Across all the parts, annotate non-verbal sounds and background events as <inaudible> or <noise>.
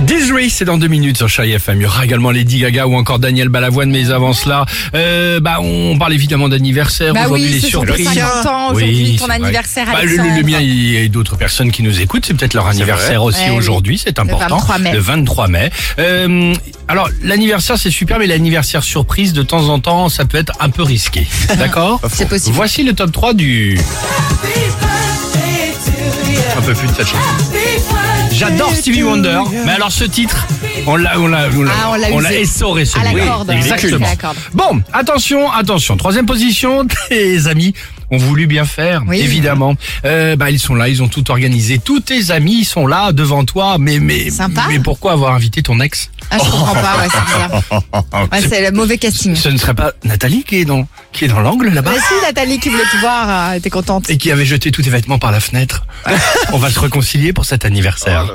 Disney, c'est dans deux minutes sur Chai FM. Il y aura également Lady Gaga ou encore Daniel Balavoine, mais avant cela, euh, bah, on parle évidemment d'anniversaire. Bah Aujourd'hui, oui, les c'est son surprises. 50 ans, aujourd'hui, Oui, ton c'est vrai. anniversaire, Bah, le, Alexandre. le mien et, et d'autres personnes qui nous écoutent, c'est peut-être leur anniversaire aussi Ouais, Eh oui. aujourd'hui, c'est important. 23 mai. Le 23 mai. Euh, alors, l'anniversaire, c'est super, mais l'anniversaire surprise, de temps en temps, ça peut être un peu risqué. <laughs> D'accord C'est possible. Voici le top 3 du... Un peu plus de cette chanson. J'adore Stevie Wonder, mais alors ce titre, on l'a, on l'a, on l'a, Ah, on l'a on usé. l'a essoré celui-là. À la corde. exactement. Oui, à la corde. Bon, attention, attention. Troisième position, <laughs> tes amis ont voulu bien faire, Oui. évidemment. Euh, bah ils sont là, ils ont tout organisé. Tous tes amis sont là devant toi, mais mais Sympa. mais pourquoi avoir invité ton ex Ah, je comprends pas, ouais, c'est bizarre. <laughs> Ouais, c'est le mauvais casting. Ce ne serait pas Nathalie qui est dans qui est dans l'angle là-bas Bah si, Nathalie qui voulait te voir, euh, était contente. et qui avait jeté tous tes vêtements par la <laughs> fenêtre. On va se réconcilier pour cet anniversaire.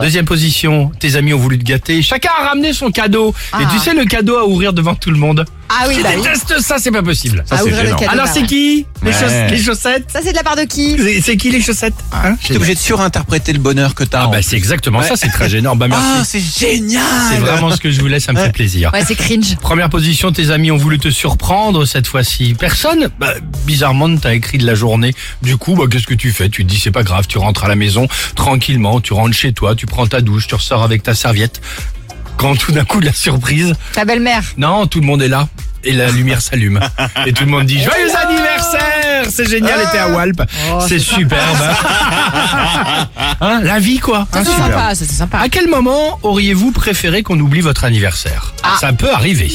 Deuxième position, tes amis ont voulu te gâter. Chacun a ramené son cadeau. Et Ah. tu sais le cadeau à ouvrir devant tout le monde. Ah oui, Je bah oui. déteste ça, c'est pas possible. Ah, c'est ouvrir le gênant. cadeau, Alors bah c'est ouais. qui les, Ouais. chaus- les chaussettes Ça, c'est de la part de qui C'est c'est qui les chaussettes Hein T'es obligé de surinterpréter le bonheur que t'as. Ah en- bah c'est exactement ça, c'est très gênant. Bah Ah, merci. c'est génial c'est vraiment ce que je vous laisse, ça me fait plaisir. Ouais, c'est cringe. Première position, tes amis ont voulu te surprendre cette fois-ci. Personne bah, Bizarrement, ne t'a écrit de la journée. Du coup, bah, qu'est-ce que tu fais Tu te dis, c'est pas grave, tu rentres à la maison tranquillement, tu rentres chez toi, tu prends ta douche, tu ressors avec ta serviette. Quand tout d'un coup, la surprise, Ta belle-mère. non, tout le monde est là. Et la lumière s'allume. Et tout le monde <laughs> dit Joyeux anniversaire C'est Ah. génial, et t'es à Walp. Oh, c'est superbe. Hein, la vie, quoi. Hein, Ça, c'est superbe. sympa, ça, c'est sympa. À quel moment auriez-vous préféré qu'on oublie votre anniversaire Ah. Ça peut arriver.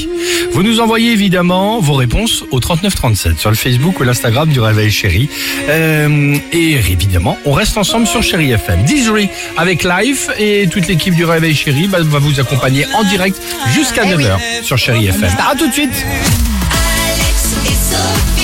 Vous nous envoyez évidemment vos réponses au 3937 sur le Facebook ou l'Instagram du Réveil Chéri. Euh, et évidemment, on reste ensemble sur Chéri FM. Disery avec Life et toute l'équipe du Réveil Chéri bah, va vous accompagner en direct jusqu'à Eh oui. 9h sur Chéri FM. À tout de suite Alex et Sophie.